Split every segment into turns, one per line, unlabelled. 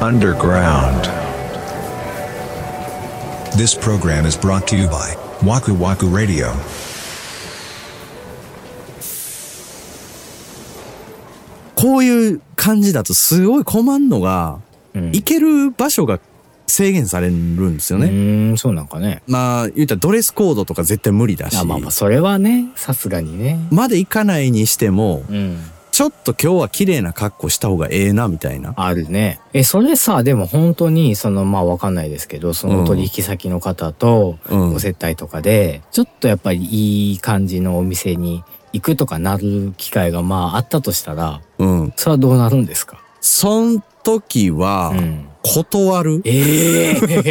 underground.
This program is brought to you by Waku Waku Radio.
こういう感じだとすごい困んのが、
うん
行ける場所が制限されるんですよ
う
ね。
ーん、そうなんかね。
まあ、言ったらドレスコードとか絶対無理だし、
あまあまあ、それはね、さすがにね。
まで行かないにしても、
うん。
ちょっと今日は綺麗な格好した方がええな、みたいな。
あるね。え、それさ、でも本当に、その、まあわかんないですけど、その取引先の方と、
うん
お接待とかで、ちょっとやっぱりいい感じのお店に行くとかなる機会がまああったとしたら、
うん。
それはどうなるんですか
そん時は
う、ん。
断る、
え え
い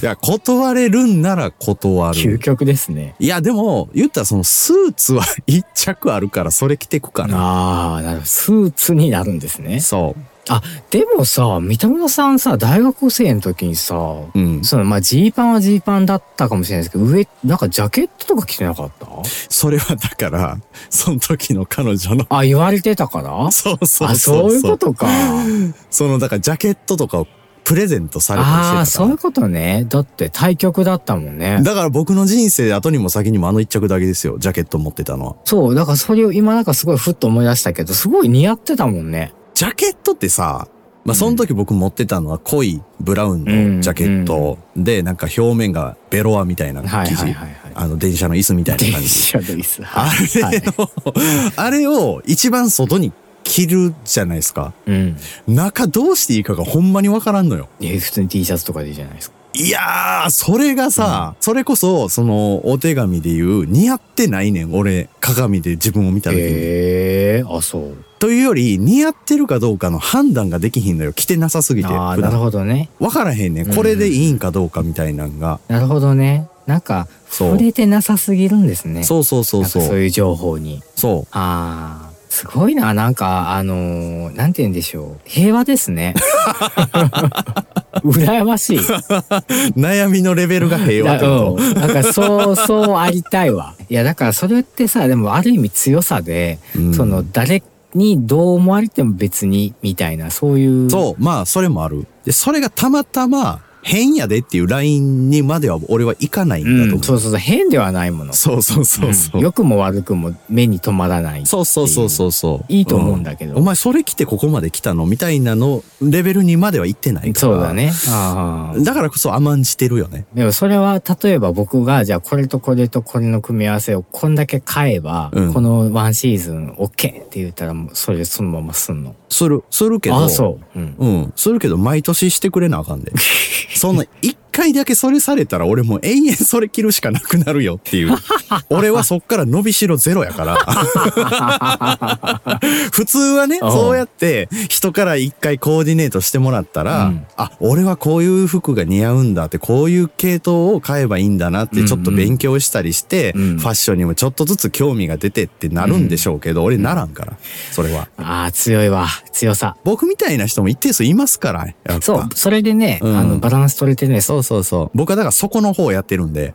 や、断れるんなら断
究
る。
極ですね。
いや、でも、言ったらそのスーツは一着あるから、それ着てくかな。
ああ、なるほど。スーツになるんですね。
そ
あ、でもさ、三田村さんさ、大学生の時にさ、
う。うん。
そのまあジーパンはジーパンだったかもしれないですけど、上、なんかジャケットとか着てなかった
それはだから、その時の彼女の、
あ、言われてたから
そうそうそう
あ、そういうことか。
その、だからジャケットとかをプレゼントされたりしてたか
あ
ら。
あ、そういうことね。だって対局だったもんね。
だから僕の人生後にも先にもあの一着だけですよ、ジャケット持ってたのは。
そう、だからそれを今なんかすごいふっと思い出したけど、すごい似合ってたもんね。
ジャケットってさ、まあ、その時僕持ってたのは濃いブラウンのジャケットで、なんか表面がベロアみたいな
はい
生
はい
地。
はいはい。
あの、電車の椅子みたいな
電
感じ。
車の椅子。
あ
は
れ
い。
の、あれを一番外に着るじゃないですか。
うん。
中どうしていいかがほんまにわからんのよ。
え普通に T シャツとかでいいじゃないですか。
いやー、それがさ、それこそ、その、お手紙で言う、似合ってないねん、俺、鏡で自分を見た時に。
へえー、あ、そう。
というより、似合ってるかどうかの判断ができひんのよ。着てなさすぎて。
ああ、
普
な
段
るほどね。
わからへんねん。これでいいんかどうかみたいなんが。
なるほどね。なんか、
そう
触れてなさすぎるんですね。
そうそうそう
なんかそ
そうう。
いう情報に。
そ
ああ、すごいな。なんか、あのーなんて言うんでしょう。平和ですね。 羨ましい。
う。悩みのレベルが平和ってこ
だうん なんかそう、そうありたいわ。いや、だからそれってさ、でもある意味強さで、
と。うん
その、誰にどう思われても別に、みたいな、そういう。
そう。まあ、それもある。で、それがたまたま、変やでっていうラインにまでは俺はいかないんだと
うん、
思う。
そうそうそう、変ではないもの。
そうそうそうそう。
良くも悪くも目に留まらない。
そうそうそうそうそう。
いいと思うんだけど
お前それ着てここまで来たのみたいなのレベルにまでは行ってないから。
そうだ。ね。ああ。
だからこそ甘んじてるよね。
でもそれは例えば僕がじゃあこれとこれとこれの組み合わせをこんだけ買えば、
うん
このワンシーズン OK って言ったらもうそれそのまますんの。
する、するけど。
ああそう。うん。
うん。するけど、毎年してくれなあかん で。その、一回だけそれされたら、俺もう永遠それ着るしかなくなるよって いう。俺はそっから伸びしろゼロや から。普通はね、
うん
そうやって、人から一回コーディネートしてもらったら、
うん
あ、俺はこういう服が似合うんだって、こういう系統を買えばいいんだなって、ちょっと勉強したりして、
うんうん
ファッションにもちょっとずつ興味が出てってなるんでしょうけど、俺ならんから、それは。
ああ強いわ強さ。
僕みたいな人も一定数いますから、やっぱ。
そうそれでね、
うん
あのバランス取れてね
そうそうそう。僕はだからそこの方をやってるん で。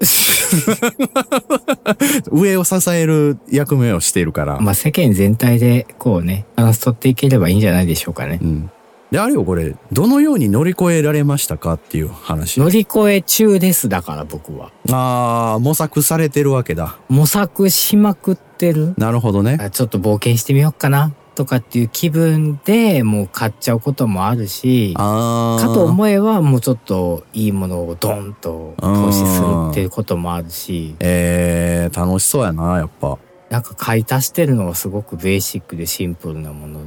上を支える役目をしているから。
まあ世間全体でこうねバランス取っていければいいんじゃないでしょうかね
う。ん。で、あれよ、これ、どのように乗り越えられましたかっていう話。
乗り越え中ですだから僕は
あー、模索されてるわけだ。
模索しまくってる。
なるほどね。
あちょっと冒険してみようかなとかっていう気分でもう買っちゃうこともあるし、か
あー。
と思えばもうちょっといいものをドンと投資するっていうこともあるし、
えー、楽しそうやな、やっぱ。
なんか買い足してるのはすごくベーシックでシンプルなもの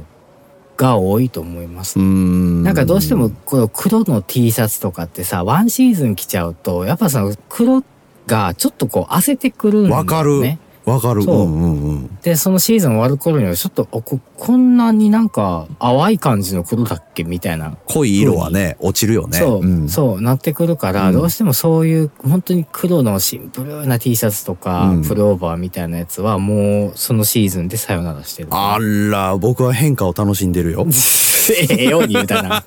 が多いと思います
うー。ん。
なんかどうしても、この黒の T シャツとかってさ、ワンシーズン着ちゃうと、やっぱその黒がちょっとこう焦ってくるんだよね。
わかる。わかる。う
そうん
うんうん。
で、そのシーズン終わる頃には、ちょっと、あこ、こんなになんか、淡い感じの黒だっけみたいな。
濃い色はね、落ちるよね。
そう、
ん、
そう、なってくるから、
うん
どうしてもそういう、本当に黒のシンプルな T シャツとか、
うん
プルオーバーみたいなやつは、もう、そのシーズンでさよならしてる。
あら、僕は変化を楽しんでるよ。
ええように言う たな。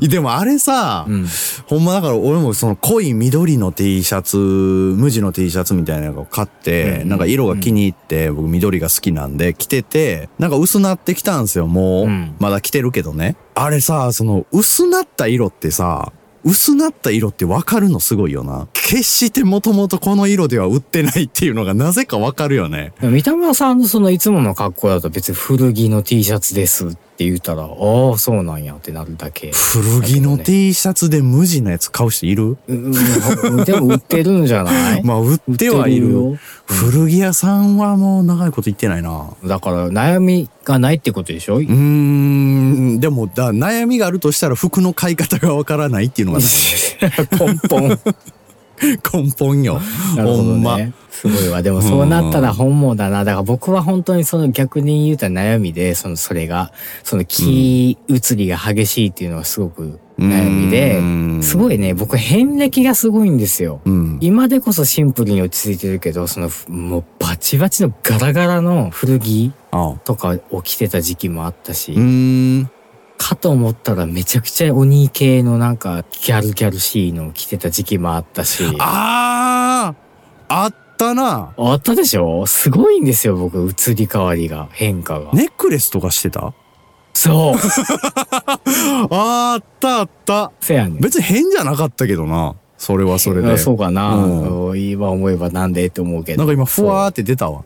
でもあれさ、
うん。
ほんまだから俺もその濃い緑の T シャツ、無地の T シャツみたいなのを買って、
うん
なんか色が気に入って、僕緑が好きなんで着てて、なんか薄なってきたんですよ、もう。
うん
まだ着てるけどね。あれさ、その薄なった色ってさ、薄なった色ってわかるのすごいよな。決してもともとこの色では売ってないっていうのがなぜかわかるよね。
でも三田村さんのそのいつもの格好だと別に古着の T シャツですって言ったら、ああ、そうなんやってなるだけ。
古着の T シャツで無地のやつ買う人いる
うんうんでも売ってるんじゃない、
まあ売ってはいる。
よ
古着屋さんはもう長いこと行ってないな。
だから悩みがないってことでしょ、
うーん、でもだ、悩みがあるとしたら服の買い方がわからないっていうのが
根本。
根本よ。
なるほ
ほ
ど
んま。
ね。すごいわ。でもそうなったら本望だな。だから僕は本当にその逆に言うたら悩みで、そのそれが、その気移りが激しいっていうのがすごく悩み
う
で、
ん
すごいね、僕遍歴がすごいんですよ。
うん。
今でこそシンプルに落ち着いてるけど、そのもうバチバチのガラガラの古着
ああ
とかを着てた時期もあったし、
うーん。
かと思ったらめちゃくちゃ鬼系のなんかギャルギャルしいのを着てた時期もあったし。
あああったな。
あったでしょすごいんですよ、僕、移り変わりが、変化が。
ネックレスとかしてた
そう。
ああったあった。
せやねん。
別に変じゃなかったけどな。それはそれで。
あそうかな。
う
今思えばなんでって思うけ
な
ど。
んか今、ふわーって出たわ。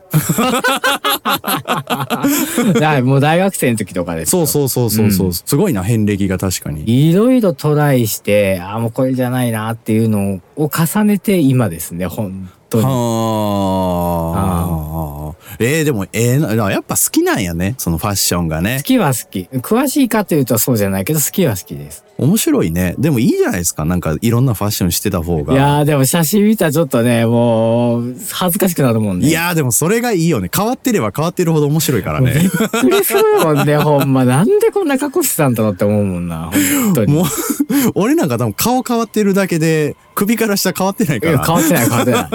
だもう大学生の時とかです
そ
よ。
うそうそうそうそう。すごいな、遍歴が確かに。
いろいろトライして、あ、もうこれじゃないなっていうのを重ねて今ですね、本当に。
はあ。えー、でも、ええな、やっぱ好きなんやね。そのファッションがね
好。きは好き。詳しいかというとそうじゃないけど、好きは好きです。
面白いね。でもいいじゃないですか。なんかいろんなファッションしてた方が。
いやー、でも写真見たらちょっとね、もう、恥ずかしくなるもんね。
いやーでもそれがいいよね。変わってれば変わってるほど面白いからね。
びっくりするも んね、ほんま。なんでこんな格好してたんだろうって思うもんな、本当に。
もう、 俺なんか多分顔変わってるだけで、首から下変わってない
い
か
や、変
ら。
わってない、変わっ てない。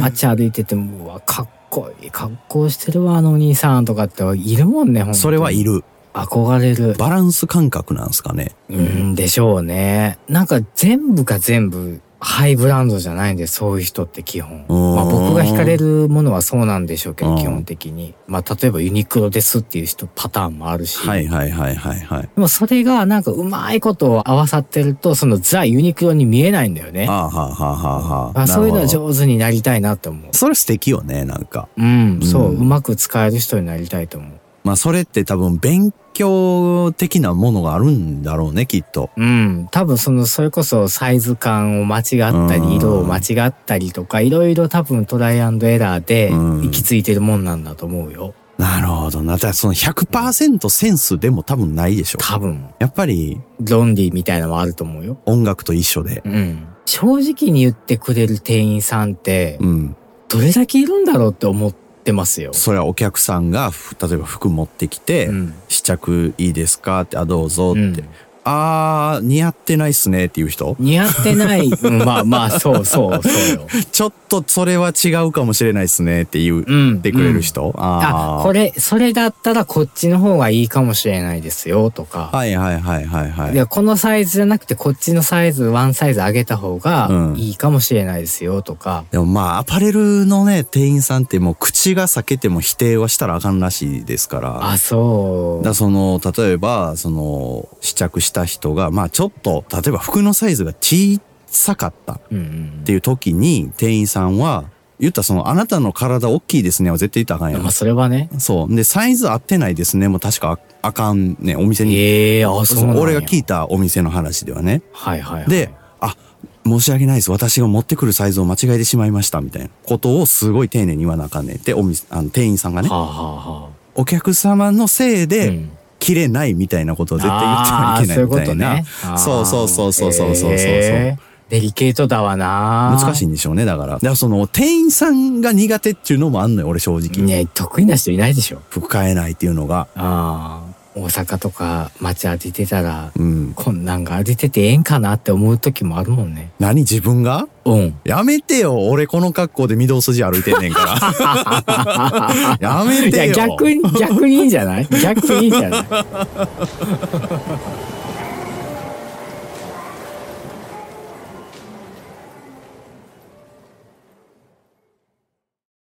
街歩いてても、うわ、かっこいい格好してるわ、あのお兄さんとかって、いるもんね、ほんとに
それはい。る。
憧れる。
バランス感覚なんですかね。
うん、でしょうね。なんか全部が全部、ハイブランドじゃないんで、そういう人って基本。
うん
まあ僕が惹かれるものはそうなんでしょうけ
う
ど、
ん
基本的に。まあ例えばユニクロですっていう人パターンもあるし。
はいはいはいはいはい。
でもそれがなんかうまいことを合わさってると、そのザ・ユニクロに見えないんだよね。
あーはあはあはあはあ。
あそういうのは
なるほど
上手になりたいなって思う。
それ素敵よね、なんか。
うん、そう、
うん
うまく使える人になりたいと思う。
まあそれって多分勉強的なものがあるんだろうね、きっと。
うん、多分その、それこそサイズ感を間違った
うん
り、色を間違ったりとか、いろいろ多分トライアンドエラーで
うん
行き着いてるもんなんだと思うよ。
なるほどな。だからその100%センスでも多分ないでしょ。
多分、
やっぱり
ロンリーみたいなのもあると思うよ。
音楽と一緒で。
うん。正直に言ってくれる店員さんって、
うん。
どれだけいるんだろうって思ってますよ。
それはお客さんが、ふ例えば服持ってきて、
うん。
試着いいですかって、あ、どうぞって。
うん
あー、似合ってないっすねっていう人
似合ってない。 うんまあまあ、そうそう、そうよ。
ちょっとそれは違うかもしれないっすねって言う、
うん
言ってくれる人、あ
あ
ー、
これ、それだったらこっちの方がいいかもしれないですよ、とか。
はいはいはいはいはい
い。や、このサイズじゃなくてこっちのサイズ、ワンサイズ上げた方が
うん
いいかもしれないですよ、とか。
でもまあ、アパレルのね、店員さんってもう口が裂けても否定はしたらあかんらしいですから。
あ、そ
だからその、例えば、その、試着した人が、まあちょっと、例えば服のサイズが小さかったっ
う。うんうん
ていう時に、店員さんは、言ったらその、あなたの体大きいですねは絶対言ったらあか
うんん。
や
まあ、それはね。
ん。そう。で、サイズ合ってないですねも確かああかんね、お店に。
ええあ、そう
そ
なん
の
や
俺が聞いたお店の話ではね。
はいはいはい。
で、あ、申し訳ないです。私が持ってくるサイズを間違えてしまいました、みたいなことをすごい丁寧に言わなあかんねんって、お店、あの、店員さんがね
は、あ、はあはあ、
お客様のせいで、
うん
切れないみたいなことを絶対言ってはいけないみたい
あ
な。
ーそういう
そ
ことね。
うそうそうそうそうそうそうそう。
えーデリケートだわな。
難しいんでしょうね、だから。だからその、店員さんが苦手っていうのもあんのよ、俺正直。
ね、得意な人いないでしょ。
服買えないっていうのが。
ああ。大阪とか街歩いてたら、
うん。
こんなんが歩いててええんかなって思う時もあるもんね。
何自分が
うん。
やめてよ。俺この格好で御堂筋歩いてんねんから。やめ
い
てよ。
や、逆に、逆にいいんじゃない逆にいいんじゃない